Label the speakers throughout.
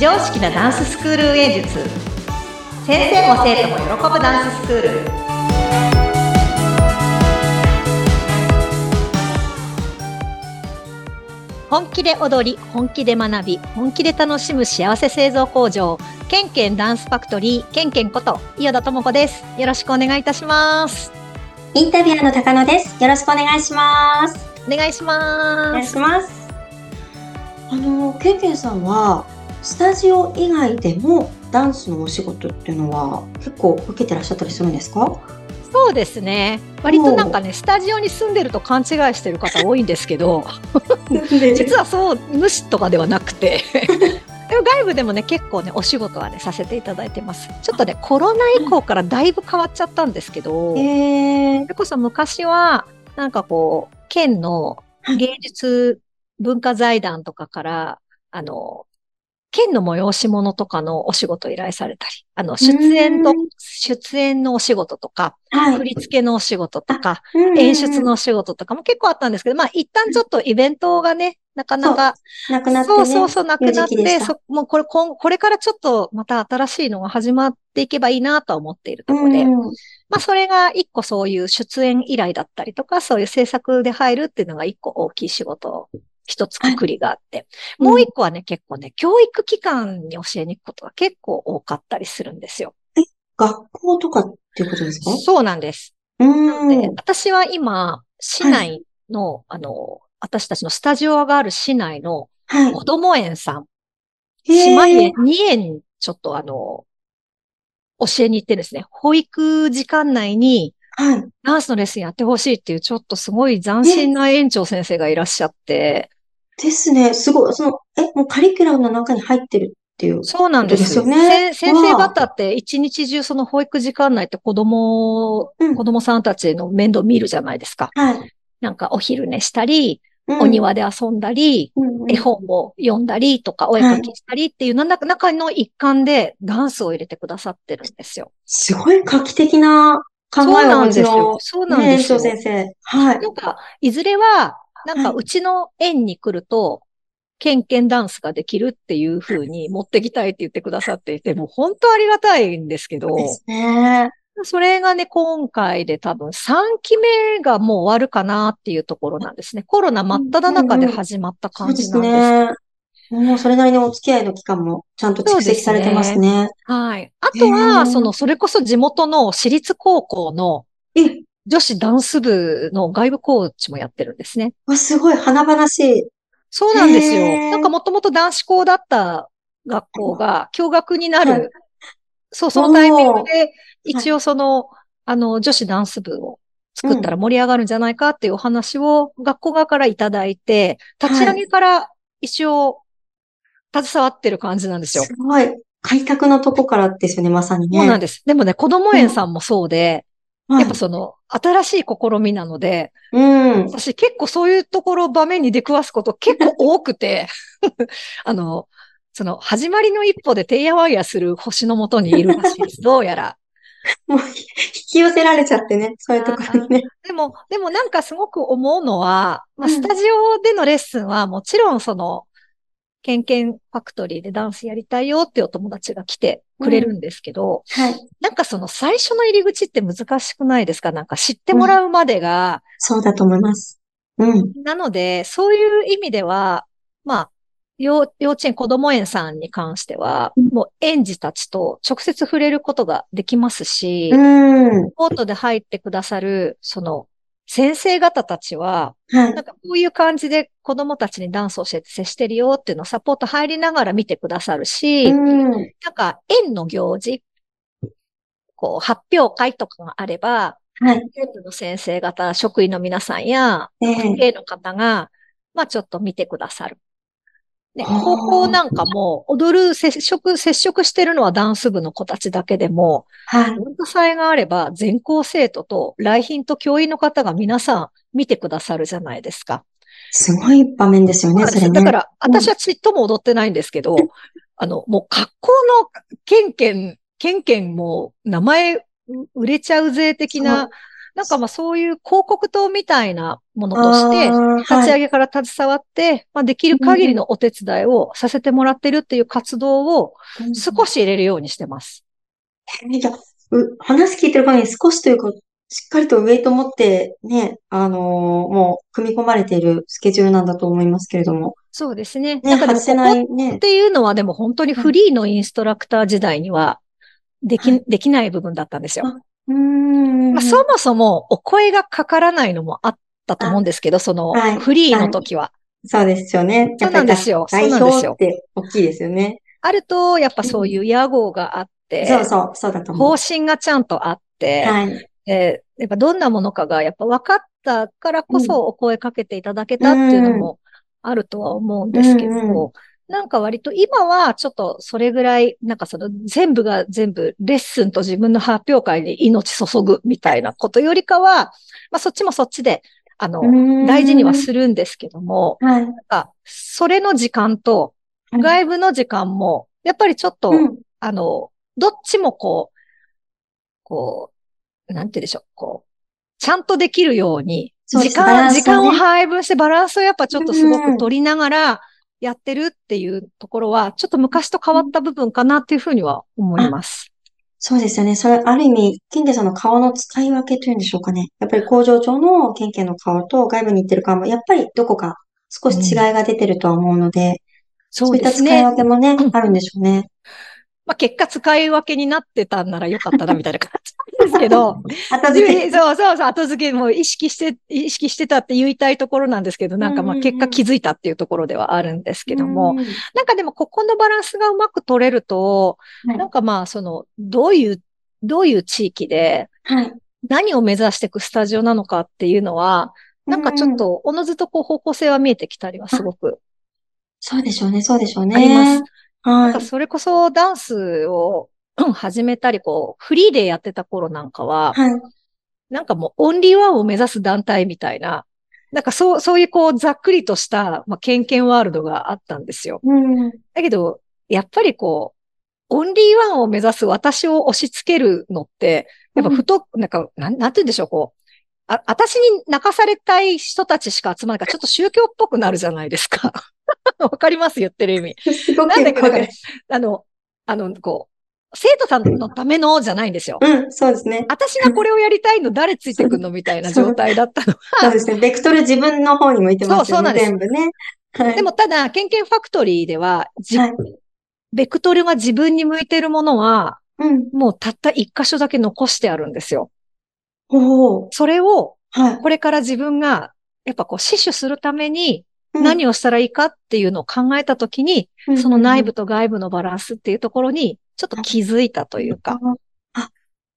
Speaker 1: 常識なダンススクール運営術先生も生徒も喜ぶダンススクール本気で踊り本気で学び本気で楽しむ幸せ製造工場ケンケンダンスファクトリーケンケンこと伊予田智子ですよろしくお願いいたします
Speaker 2: インタビュアーの高野です。よろしくお願いします。
Speaker 1: お願いし
Speaker 2: お
Speaker 1: ます
Speaker 2: します。あの、ケンケンさんは、スタジオ以外でもダンスのお仕事っていうのは結構受けてらっしゃったりするんですか
Speaker 1: そうですね割となんかねスタジオに住んでると勘違いしてる方多いんですけど 実はそう主とかではなくて でも外部でもね結構ねお仕事はねさせていただいてますちょっとねコロナ以降からだいぶ変わっちゃったんですけど、
Speaker 2: えー
Speaker 1: それこそ昔はなんかこう県の芸術文化財団とかからあの県の催し物とかのお仕事を依頼されたり、あの、出演の
Speaker 2: うーん、
Speaker 1: 出演のお仕事とか、
Speaker 2: は
Speaker 1: 振り付けのお仕事とか、
Speaker 2: い
Speaker 1: 演出のお仕事とかも結構あったんですけど、まあ一旦ちょっとイベントがね、なかなか、
Speaker 2: なくなって、ね、
Speaker 1: そうそうそう、なくなっ
Speaker 2: いう時期で
Speaker 1: て、
Speaker 2: した
Speaker 1: そもうこれこん、これからちょっとまた新しいのが始まっていけばいいなとは思っているところで、
Speaker 2: うん
Speaker 1: まあそれが一個そういう出演依頼だったりとか、そういう制作で入るっていうのが一個大きい仕事、一つくくりがあって、
Speaker 2: うん
Speaker 1: もう一個はね、結構ね、教育機関に教えに行くことが結構多かったりするんですよ。
Speaker 2: 学校とかっていうことですか
Speaker 1: そうなんです。
Speaker 2: う
Speaker 1: で
Speaker 2: ん。
Speaker 1: 私は今、市内の、あの、私たちのスタジオがある市内の
Speaker 2: は
Speaker 1: 子供園さん、
Speaker 2: い。
Speaker 1: 島
Speaker 2: へ
Speaker 1: 園
Speaker 2: ー
Speaker 1: 2園、ちょっとあの、教えに行ってですね、保育時間内に
Speaker 2: はい。
Speaker 1: ダンスのレッスンやってほしいっていう、ちょっとすごい斬新な園長先生がいらっしゃって、
Speaker 2: ですね。すごい。その、え、もうカリキュラムの中に入ってるっていう。
Speaker 1: そうなんです
Speaker 2: そうですよね
Speaker 1: せ先生方って一日中その保育時間内って子供を、
Speaker 2: うん
Speaker 1: 子供さんたちの面倒見るじゃないですか。
Speaker 2: はい。
Speaker 1: なんかお昼寝したり、
Speaker 2: うん
Speaker 1: お庭で遊んだり、
Speaker 2: うんうん
Speaker 1: 絵本を読んだりとか、お絵描きしたりっていうなんだか中の一環でダンスを入れてくださってるんですよ。
Speaker 2: すごい画期的な考
Speaker 1: そう
Speaker 2: えをお
Speaker 1: なん
Speaker 2: 持
Speaker 1: で
Speaker 2: ち
Speaker 1: すよ
Speaker 2: の。、
Speaker 1: そうなん
Speaker 2: ね、
Speaker 1: で
Speaker 2: 園
Speaker 1: すよ
Speaker 2: 長。先生。はい。
Speaker 1: なんか、いずれは、なんか
Speaker 2: はいう
Speaker 1: ちの園に来ると、ケンケンダンスができるっていう風に持ってきたいって言ってくださっていて、もう本当ありがたいんですけど、
Speaker 2: ですね。
Speaker 1: それがね、今回で多分3期目がもう終わるかなっていうところなんですね。コロナ真っ只中で始まった
Speaker 2: そ
Speaker 1: 感
Speaker 2: うで
Speaker 1: じ
Speaker 2: す
Speaker 1: なんですけど
Speaker 2: ね。もうそれなりのお付き合いの期間もちゃんと蓄積されてますね。
Speaker 1: はい。あとは、
Speaker 2: へー
Speaker 1: その、それこそ地元の私立高校の
Speaker 2: え、
Speaker 1: 女子ダンス部の外部コーチもやってるんですね。
Speaker 2: わすごい華々しい。
Speaker 1: そうなんですよ。
Speaker 2: へー
Speaker 1: なんかもともと男子校だった学校が共学にな
Speaker 2: は
Speaker 1: る
Speaker 2: い。
Speaker 1: そう、そのタイミング
Speaker 2: おー
Speaker 1: で、一応その、あの、女子ダンス部を作ったら盛り上がるんじゃないかっていうお話を学校側からいただいて、立ち上げから一応、携わってる感じなんですよ。
Speaker 2: すごい。開拓のとこからですよね、まさにね。
Speaker 1: そうなん
Speaker 2: で
Speaker 1: です。でもね、子供園さんもそうで、
Speaker 2: す。
Speaker 1: やっぱその、新しい試みなので、
Speaker 2: うん。
Speaker 1: 私結構そういうところ場面に出くわすこと結構多く て、あの、その、始まりの一歩でテイヤワイヤする星のもとにいるらしい です。どうやら。
Speaker 2: もう引き寄せられちゃってね、そういうところにね。
Speaker 1: でも、でもなんかすごく思うのは、まあ、
Speaker 2: うん
Speaker 1: スタジオでのレッスンはもちろんその、ケンケンファクトリーでダンスやりたいよっていうお友達が来てくれるんですけど、
Speaker 2: はい。
Speaker 1: なんかその最初の入り口って難しくないですかなんか知ってもらうまでが、
Speaker 2: そうだと思います。うん。
Speaker 1: なので、そういう意味では、まあ、幼幼稚園、子ども園さんに関しては、
Speaker 2: うん
Speaker 1: もう園児たちと直接触れることができますし、
Speaker 2: うん。は
Speaker 1: コートで入ってくださる、その、先生方たちは、
Speaker 2: い
Speaker 1: な。んかこういう感じで子どもたちにダンスを教えて接してるよっていうのをサポート入りながら見てくださるし、
Speaker 2: うん。
Speaker 1: なんか園の行事、こう、発表会とかがあれば、
Speaker 2: はい。
Speaker 1: 園部の先生方、職員の皆さんや、
Speaker 2: ええ。
Speaker 1: A の方が、まあちょっと見てくださる。ね、
Speaker 2: あー
Speaker 1: 高校なんかも踊る接触、接触してるのはダンス部の子たちだけでも、
Speaker 2: はい。
Speaker 1: 文化祭があれば全校生徒と来賓と教員の方が皆さん見てくださるじゃないですか。
Speaker 2: すごい場面ですよね、それね。
Speaker 1: だから、私はちっとも踊ってないんですけど、あの、もう格好のケンケン、ケンケンも名前売れちゃうぜ的ななんかまあそういう広告塔みたいなものとして、立ち上
Speaker 2: げ
Speaker 1: げから携わって、まあできる限りのお手伝いをさせてもらってるっていう活動を少し入れるようにしてます。
Speaker 2: じゃあう話聞いてる限り少しというか、しっかりとウェイト持ってね、あのーもう組み込まれているスケジュールなんだと思いますけれども。
Speaker 1: そうですね。
Speaker 2: ね、
Speaker 1: なんかで
Speaker 2: 外
Speaker 1: も
Speaker 2: せ
Speaker 1: こ
Speaker 2: な
Speaker 1: こ
Speaker 2: いね
Speaker 1: っ。ていうのはでも本当にフリーのインストラクター時代にはでき、
Speaker 2: はい
Speaker 1: できない部分だったんですよ。
Speaker 2: うーん。
Speaker 1: まあ、そもそもお声がかからないのもあったと思うんですけど、その
Speaker 2: はい
Speaker 1: フリーの時は。
Speaker 2: そうですよね。
Speaker 1: そうなんですよ
Speaker 2: 代
Speaker 1: そうなんです
Speaker 2: 表
Speaker 1: よ
Speaker 2: って大きいですよね。
Speaker 1: あると、やっぱそういう野号があって、
Speaker 2: そうそう、そうだと思う。
Speaker 1: 方針がちゃんとあって、
Speaker 2: はい。
Speaker 1: えーやっぱどんなものかがやっぱ分かったからこそお声かけていただけたっていうのもあるとは思うんですけど、
Speaker 2: うんう
Speaker 1: なんか割と今はちょっとそれぐらい、なんかその全部が全部レッスンと自分の発表会に命注ぐみたいなことよりかは、まあそっちもそっちで、あの、大事にはするんですけども、
Speaker 2: る。はい。
Speaker 1: なんかそれの時間と外部の時間も、やっぱりちょっと、
Speaker 2: うん
Speaker 1: あの、どっちもこう、こう、なんて言うんでしょう、こう、ちゃんとできるように、
Speaker 2: そうで
Speaker 1: 時
Speaker 2: すバラ
Speaker 1: 間、
Speaker 2: ンスをね
Speaker 1: 時間を配分してバランスをやっぱちょっとすご
Speaker 2: うん
Speaker 1: く取りながらやってるっていうところは、ちょっと昔と変わった部分かなっていうふうには思います。
Speaker 2: そうですよね。それ、ある意味、ケンケンさんの顔の使い分けというんでしょうかね。やっぱり工場長のケンケンの顔と外部に行ってる顔も、やっぱりどこか少し違いが出てるとは思うので、
Speaker 1: そ
Speaker 2: そう
Speaker 1: う
Speaker 2: いった
Speaker 1: です
Speaker 2: 使い
Speaker 1: ね。
Speaker 2: 分けもね
Speaker 1: う、ん
Speaker 2: あるんでしょうね。
Speaker 1: まあ結果使い分けになってたんならよかったなみたいな感じなんですけ ど、
Speaker 2: 後付 け。
Speaker 1: そうそうそう、後付けも意識して、意識してたって言いたいところなんですけど、なんかま
Speaker 2: うんうん
Speaker 1: あ
Speaker 2: うん
Speaker 1: 結果気づいたっていうところではあるんですけども、
Speaker 2: うん、
Speaker 1: なんかでもここのバランスがうまく取れると、
Speaker 2: はい
Speaker 1: なんかまあその、どういう、どういう地域で
Speaker 2: はい。
Speaker 1: 何を目指していくスタジオなのかっていうのは、なんかちょっとおのずとこう方向性は見えてきたりはすごく
Speaker 2: そうでしょうね、そうでしょうね。
Speaker 1: あります。なん
Speaker 2: は
Speaker 1: か
Speaker 2: い。
Speaker 1: それこそダンスを うん始めたり、こう、フリーでやってた頃なんかは、
Speaker 2: はい。
Speaker 1: なんかもうオンリーワンを目指す団体みたいな、なんかそう、そういうこう、ざっくりとした、まあ、ケンケンワールドがあったんですよ。
Speaker 2: うん。
Speaker 1: だけど、やっぱりこう、オンリーワンを目指す私を押し付けるのって、やっぱふと、なんか、なん、なんて言うんでしょう、こう。あ、私に泣かされたい人たちしか集 まらないから、ちょっと宗教っぽくなるじゃないですか。 わかります言ってる意 味。
Speaker 2: すごく
Speaker 1: なんだけど
Speaker 2: わかる
Speaker 1: あの、あの、こう、生徒さんのためのじゃないんですよ。
Speaker 2: うん、そうですね。
Speaker 1: 私がこれをやりたいの誰ついてくんのみたいな状態だ ったの
Speaker 2: そうですね。ベクトル自分の方に向いてますよね、
Speaker 1: そうそう
Speaker 2: 全部ね。はい。
Speaker 1: でもただ、ケンケンファクトリーでは、じ
Speaker 2: はい、
Speaker 1: ベクトルが自分に向いてるものは、
Speaker 2: うん。
Speaker 1: もうたった一箇所だけ残してあるんですよ。
Speaker 2: おー。
Speaker 1: それを、
Speaker 2: はい。
Speaker 1: これから自分が、やっぱこう、死守するために、
Speaker 2: うん
Speaker 1: 何をしたらいいかっていうのを考えたときに、その内部と外部のバランスっていうところに、ちょっと気づいたというか。。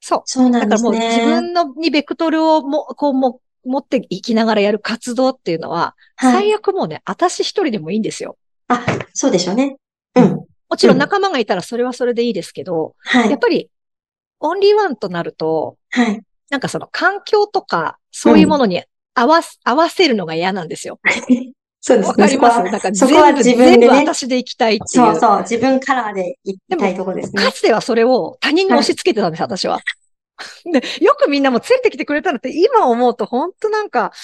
Speaker 1: そう。
Speaker 2: そうな
Speaker 1: だ
Speaker 2: ん
Speaker 1: か
Speaker 2: で
Speaker 1: ら
Speaker 2: す
Speaker 1: もう自
Speaker 2: ね。
Speaker 1: 分のにベクトルをも、こうも、持っていきながらやる活動っていうのは、
Speaker 2: はい。
Speaker 1: 最悪もうね、私一人でもいいんですよ。
Speaker 2: あ、そうでしょうね。うん。
Speaker 1: もちろ
Speaker 2: うん
Speaker 1: ん仲間がいたらそれはそれでいいですけど、
Speaker 2: は
Speaker 1: やっ
Speaker 2: い。
Speaker 1: ぱり、オンリーワンとなると、
Speaker 2: はい。
Speaker 1: なんかその環境とか、そういうものに合わす、合わせるのが嫌なんですよ。
Speaker 2: そうで
Speaker 1: わ
Speaker 2: すね。
Speaker 1: かり
Speaker 2: そこ
Speaker 1: ます
Speaker 2: は
Speaker 1: なんか
Speaker 2: そこは
Speaker 1: 全部、
Speaker 2: 自分でね
Speaker 1: 全部私で行きたいってい
Speaker 2: そう
Speaker 1: う。
Speaker 2: そう。自分カラーでいきたいところですね
Speaker 1: か。つてはそれを他人に押し付けてたんです、私は。で、よくみんなもついてきてくれたのって、今思うと本当なんか、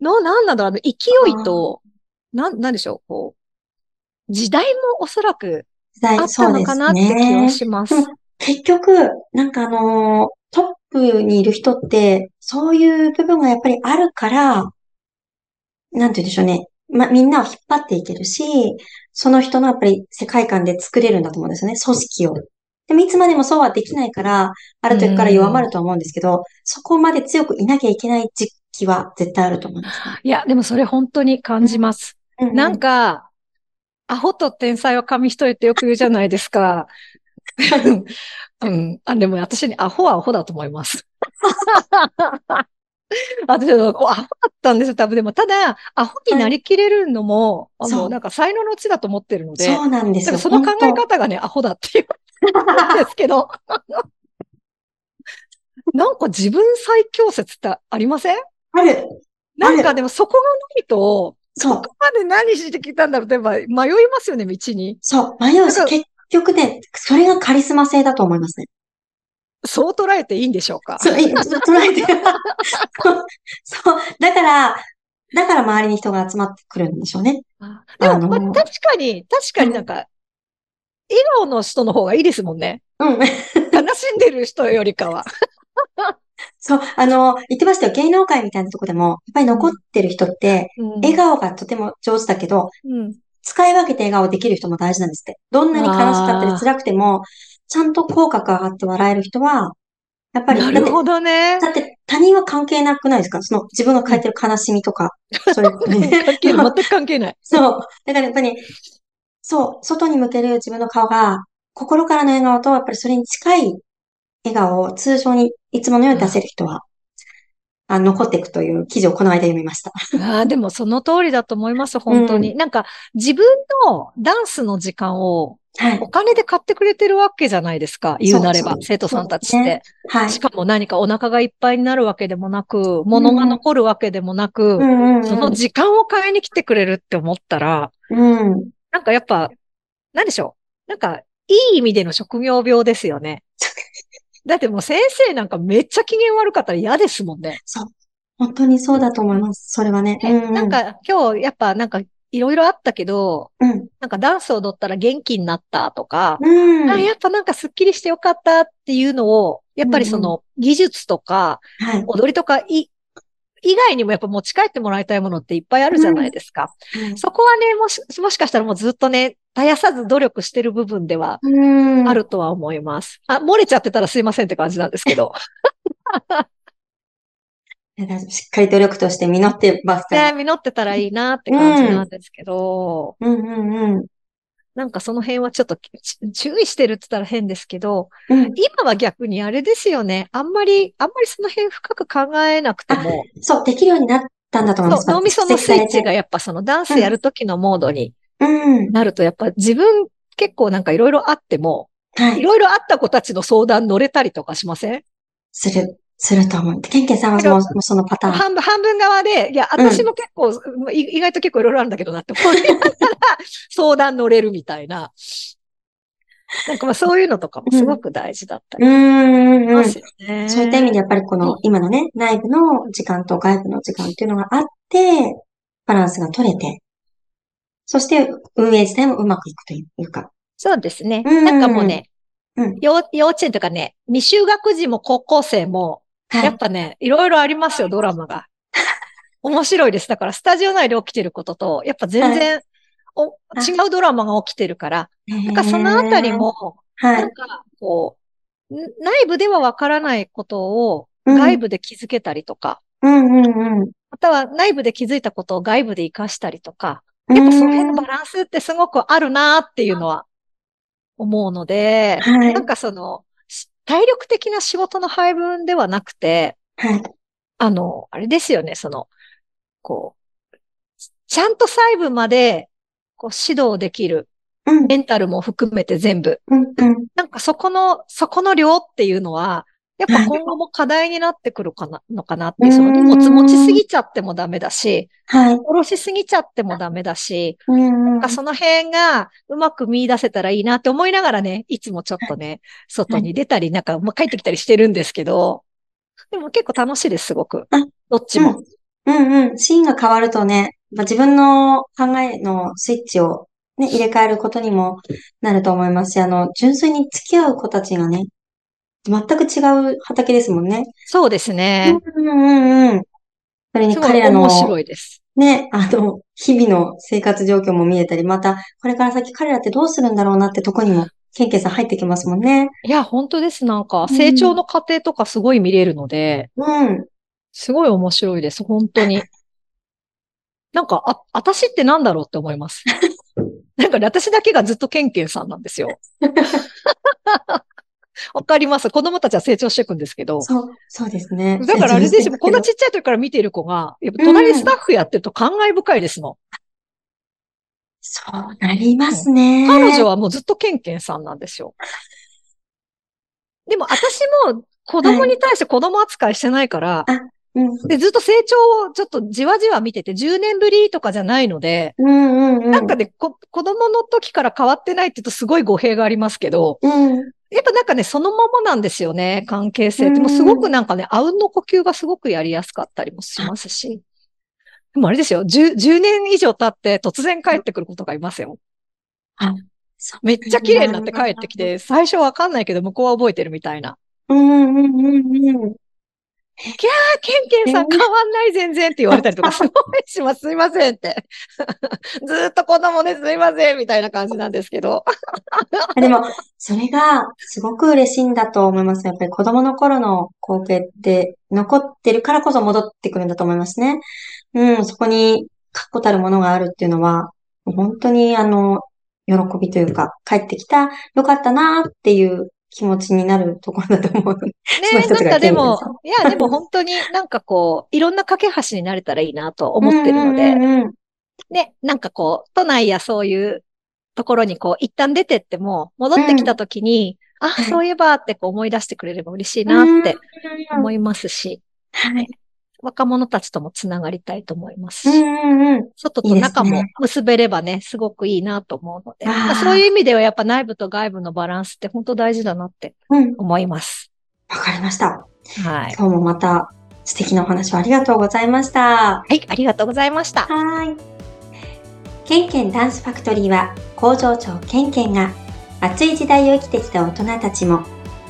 Speaker 1: の、なんなんだろう、あの勢いと、なん、なんでしょう、こう、時代もおそらく
Speaker 2: 時代
Speaker 1: あったのかなって
Speaker 2: そうです
Speaker 1: 気
Speaker 2: ね
Speaker 1: はします。
Speaker 2: でも結局、なんかあのートップにいる人って、そういう部分がやっぱりあるから、なんて言うんでしょうね。ま、みんなを引っ張っていけるし、その人のやっぱり世界観で作れるんだと思うんですよね。組織を。でもいつまでもそうはできないから、ある時から弱まるとは思うんですけど、そこまで強くいなきゃいけない時期は絶対あると思うんです
Speaker 1: いや、でもそれ本当に感じます。
Speaker 2: ね。
Speaker 1: なんか、アホと天才は紙一重ってよく言うじゃないですか。うん。あ、でも私にアホはアホだと思い ます。私はこうアホだったんですよ、多分。でも、ただ、アホになりきれるのも、
Speaker 2: は
Speaker 1: あ
Speaker 2: いそ
Speaker 1: の、
Speaker 2: う
Speaker 1: なんか才能のうちだと思ってるので、
Speaker 2: そうなんで
Speaker 1: だか
Speaker 2: すよ。
Speaker 1: らその考え
Speaker 2: 本
Speaker 1: 方がね、アホだっていう
Speaker 2: 当
Speaker 1: んですけ ど、なんか自分最強説ってありません
Speaker 2: ある。
Speaker 1: なんかでもそこがないと、
Speaker 2: そう。
Speaker 1: ここまで何してきたんだろうって、やっぱ迷いますよね、道に。
Speaker 2: そう。迷う
Speaker 1: な
Speaker 2: し、
Speaker 1: んか
Speaker 2: 結局ね、それがカリスマ性だと思いますね。
Speaker 1: そう捉えていいんでしょうか。
Speaker 2: そう、え、 そう捉えて。そうそう。だから、だから周りに人が集まってくるんでしょうね。
Speaker 1: で
Speaker 2: あ
Speaker 1: も、
Speaker 2: の
Speaker 1: まあ、確かに、確かになんか、笑顔の人の方がいいですもんね。
Speaker 2: うん。
Speaker 1: 悲しんでる人よりかは。
Speaker 2: そう、あの、言ってましたよ。芸能界みたいなとこでも、やっぱり残ってる人って、笑顔がとても上手だけど、
Speaker 1: うん。
Speaker 2: 使い分けて笑顔できる人も大事なんですって。どんなに悲しかったり
Speaker 1: あー
Speaker 2: 辛くても、ちゃんと口角上がって笑える人は、やっぱり、
Speaker 1: な
Speaker 2: だっ
Speaker 1: る
Speaker 2: て、
Speaker 1: ほどね。
Speaker 2: だって他人は関係なくないですかその自分が抱えてる悲しみ とか、そういうこと
Speaker 1: うん
Speaker 2: ね。
Speaker 1: 関係ない。全く関係ない。
Speaker 2: そう。だからやっぱり、そう、外に向ける自分の顔が、心からの笑顔と、やっぱりそれに近い笑顔を通常にいつものように出せる人は、あ残っていくという記事をこの間読みました。
Speaker 1: ああ、でもその通りだと思います、本当に。なんか、自分のダンスの時間を
Speaker 2: はい
Speaker 1: お。金で買ってくれてるわけじゃないですか、言うなれば
Speaker 2: そう、
Speaker 1: 生徒さんたち
Speaker 2: そ
Speaker 1: っ
Speaker 2: うで
Speaker 1: て。
Speaker 2: はい。
Speaker 1: しかも何かお腹がいっぱいになるわけでもなく、物が残るわけでもなく、
Speaker 2: うんうんうん。
Speaker 1: その時間を買いに来てくれるって思ったら、
Speaker 2: うん。
Speaker 1: なんかやっぱ、なんでしょう。なんか、いい意味での職業病ですよ ね。だってもう先生なんかめっちゃ機嫌悪かったら嫌ですもんね。
Speaker 2: 本当にそうだと思います。それはね。
Speaker 1: え
Speaker 2: うん、うん。
Speaker 1: なん、か今日やっぱなんかいろいろあったけど、
Speaker 2: うん。
Speaker 1: なんかダンス踊ったら元気になったとか、
Speaker 2: うん。
Speaker 1: あ
Speaker 2: はい。
Speaker 1: やっぱなんかスッキリしてよかったっていうのを、やっぱりその技術とか 踊りとかい以外にもやっぱ持ち帰ってもらいたいものっていっぱいあるじゃないですか。そこはね、もし、もしかしたらもうずっとね、絶やさず努力してる部分では
Speaker 2: うん。
Speaker 1: あるとは思います。あ、漏れちゃってたらすいませんって感じなんですけ ど。
Speaker 2: いや。大丈夫しっかり努力として実ってますから。
Speaker 1: ね、実ってたらいいなって感じなんですけど、
Speaker 2: うんうんうん。
Speaker 1: なんかその辺はちょっとち注意してるって言ったら変ですけど、
Speaker 2: うん。
Speaker 1: 今は逆にあれですよね。あんまり、あんまりその辺深く考えなくて も、
Speaker 2: そう、できるようになったんだと思
Speaker 1: そ
Speaker 2: いま
Speaker 1: う
Speaker 2: す。
Speaker 1: 脳みそのスイッチが
Speaker 2: 蓄積
Speaker 1: やっぱそのダンスやる時のモードに
Speaker 2: されて。うん。
Speaker 1: なると、やっぱ自分結構なんかいろいろあっても、
Speaker 2: はい
Speaker 1: い。ろいろあった子たちの相談乗れたりとかしません
Speaker 2: する、すると思う。ケンケンさんは
Speaker 1: だから
Speaker 2: もうもうそのパターン。
Speaker 1: 半分、半分側で、いや、
Speaker 2: うん
Speaker 1: 私も結構、い意外と結構いろいろあるんだけどなって思いながら、 相談乗れるみたいな。なんかまあそういうのとかもすごく大事だったり
Speaker 2: う
Speaker 1: し
Speaker 2: んうんう
Speaker 1: ま
Speaker 2: ん。
Speaker 1: すよね。
Speaker 2: そういった意味でやっぱりこの今のね、内部の時間と外部の時間っていうのがあって、バランスが取れて、そして運営自体もうまくいくというか。
Speaker 1: そうですね。
Speaker 2: うん
Speaker 1: なんかもうね、
Speaker 2: うん。
Speaker 1: 幼幼稚園とかね、未就学児も高校生も、
Speaker 2: は
Speaker 1: や
Speaker 2: い
Speaker 1: っ。ぱね、いろいろありますよ、ドラマが。 面白いです。だから、スタジオ内で起きてることと、やっぱ全然、お違うドラマが起きてるから、なんかそのあたり
Speaker 2: へー。
Speaker 1: も、
Speaker 2: は
Speaker 1: ないん。か、こう、ん内部ではわからないことを
Speaker 2: うん
Speaker 1: 外部で気づけたりとか、
Speaker 2: うんうんうん。
Speaker 1: または内部で気づいたことを外部で活かしたりとか、やっぱその辺のバランスってすごくあるなっていうのは思うので、
Speaker 2: はい
Speaker 1: なんかその、し体力的な仕事の配分ではなくて、
Speaker 2: はい。
Speaker 1: あの、あれですよね、その、こう、ちゃんと細部まで、こう、指導できる、
Speaker 2: うん
Speaker 1: メンタルも含めて全部、
Speaker 2: うんうん。
Speaker 1: なんかそこの、そこの量っていうのは、やっぱ今後も課題になってくるかな、のかなっていう、その荷物持ちすぎちゃってもダメだし、
Speaker 2: はい。
Speaker 1: 下ろしすぎちゃってもダメだし、
Speaker 2: うんうん
Speaker 1: なんかその辺がうまく見出せたらいいなって思いながらね、いつもちょっとね、外に出たり、なんかまあ帰ってきたりしてるんですけど、でも結構楽しいです、すごく
Speaker 2: あ。
Speaker 1: どっちも。
Speaker 2: うんうん。シーンが変わるとね、まあ、自分の考えのスイッチを、ね、入れ替えることにもなると思いますし、あの、純粋に付き合う子たちがね、全く違う畑ですもんね。
Speaker 1: そうですね。
Speaker 2: うんうんうん。それに
Speaker 1: すご
Speaker 2: 彼
Speaker 1: い
Speaker 2: らの
Speaker 1: 面、白いです。
Speaker 2: ね、あの、日々の生活状況も見えたり、また、これから先彼らってどうするんだろうなってとこにも、ケンケンさん入ってきますもんね。
Speaker 1: いや、本当です。なんか、
Speaker 2: ん
Speaker 1: 成長の過程とかすごい見れるので、
Speaker 2: うん。
Speaker 1: すごい面白いです、本当に。 なんか、あ、私ってなんだろうって思います。 なんかね、私だけがずっとケンケンさんなんですよ。 わかります。子供たちは成長していくんですけど。
Speaker 2: そう、そうですね。
Speaker 1: だからあれですよ、こんな
Speaker 2: ゃ
Speaker 1: ちっちゃい時から見ている子が、やっぱ隣でスタッフやってると感慨深いですも
Speaker 2: そうなりますね。
Speaker 1: ん。彼女はもうずっとケンケンさんなんですよ。でも私も子供に対して子供扱いしてないから、
Speaker 2: うん、
Speaker 1: で、ずっと成長をちょっとじわじわ見てて、10年ぶりとかじゃないので、
Speaker 2: うんうんうん。
Speaker 1: なんかね、こ子供の時から変わってないって言うとすごい語弊がありますけど、
Speaker 2: うん。
Speaker 1: やっぱなんかね、そのままなんですよね、関係性って。もうすごくなんかね、あうんの呼吸がすごくやりやすかったりもしますし。でもあれですよ、10, 10年以上経って突然帰ってくることがいますよ。
Speaker 2: そう
Speaker 1: めっちゃ綺麗になって帰ってきて、最初わかんないけど向こうは覚えてるみたいな。
Speaker 2: うんうんうんうん。
Speaker 1: あ、ケンケンさん変わんない全然って言われたりと か、すごいします。すいませんって。 ずーっと子供ですいませんみたいな感じなんですけど。
Speaker 2: あでも、それがすごく嬉しいんだと思います。やっぱり子供の頃の光景って残ってるからこそ戻ってくるんだと思いますね。うん、そこに確固たるものがあるっていうのは、本当にあの、喜びというか、帰ってきた、よかったなーっていう気持ちになるところだと思うので。その
Speaker 1: ね
Speaker 2: 一
Speaker 1: な
Speaker 2: つ
Speaker 1: んか
Speaker 2: が
Speaker 1: で
Speaker 2: ケンケン
Speaker 1: も、いや、でも本当になんかこう、いろんな架け橋になれたらいいなと思ってるの
Speaker 2: う
Speaker 1: で
Speaker 2: ん、うんうん
Speaker 1: ね、なんかこう、都内やそういうところにこう、一旦出てっても、戻ってきた時に、あ、
Speaker 2: はい
Speaker 1: そういえばってこう思い出してくれれば嬉しいなって
Speaker 2: うん
Speaker 1: 思いますし、
Speaker 2: はい。
Speaker 1: 若者たちともつながりたいと思います
Speaker 2: う
Speaker 1: し、
Speaker 2: んうんうん。
Speaker 1: 外と中
Speaker 2: いいです
Speaker 1: も
Speaker 2: ね
Speaker 1: 結べればね、すごくいいなと思うので、
Speaker 2: あー
Speaker 1: まあそういう意味ではやっぱ内部と外部のバランスって本当大事だなって
Speaker 2: うん。
Speaker 1: 思います。
Speaker 2: わかりました。
Speaker 1: はい。
Speaker 2: 今日もまた素敵なお話をありがとうございました。
Speaker 1: はい、ありがとうございました。
Speaker 2: はい。ケンケンダンスファクトリーは工場長ケンケンが熱い時代を生きてきた大人たちも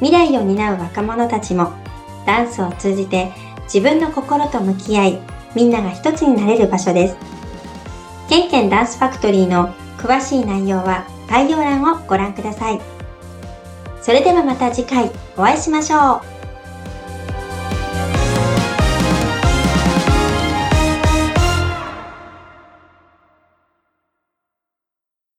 Speaker 2: 未来を担う若者たちもダンスを通じて自分の心と向き合いみんなが一つになれる場所です。ケンケンダンスファクトリーの詳しい内容は概要欄をご覧ください。それではまた次回お会いしましょう。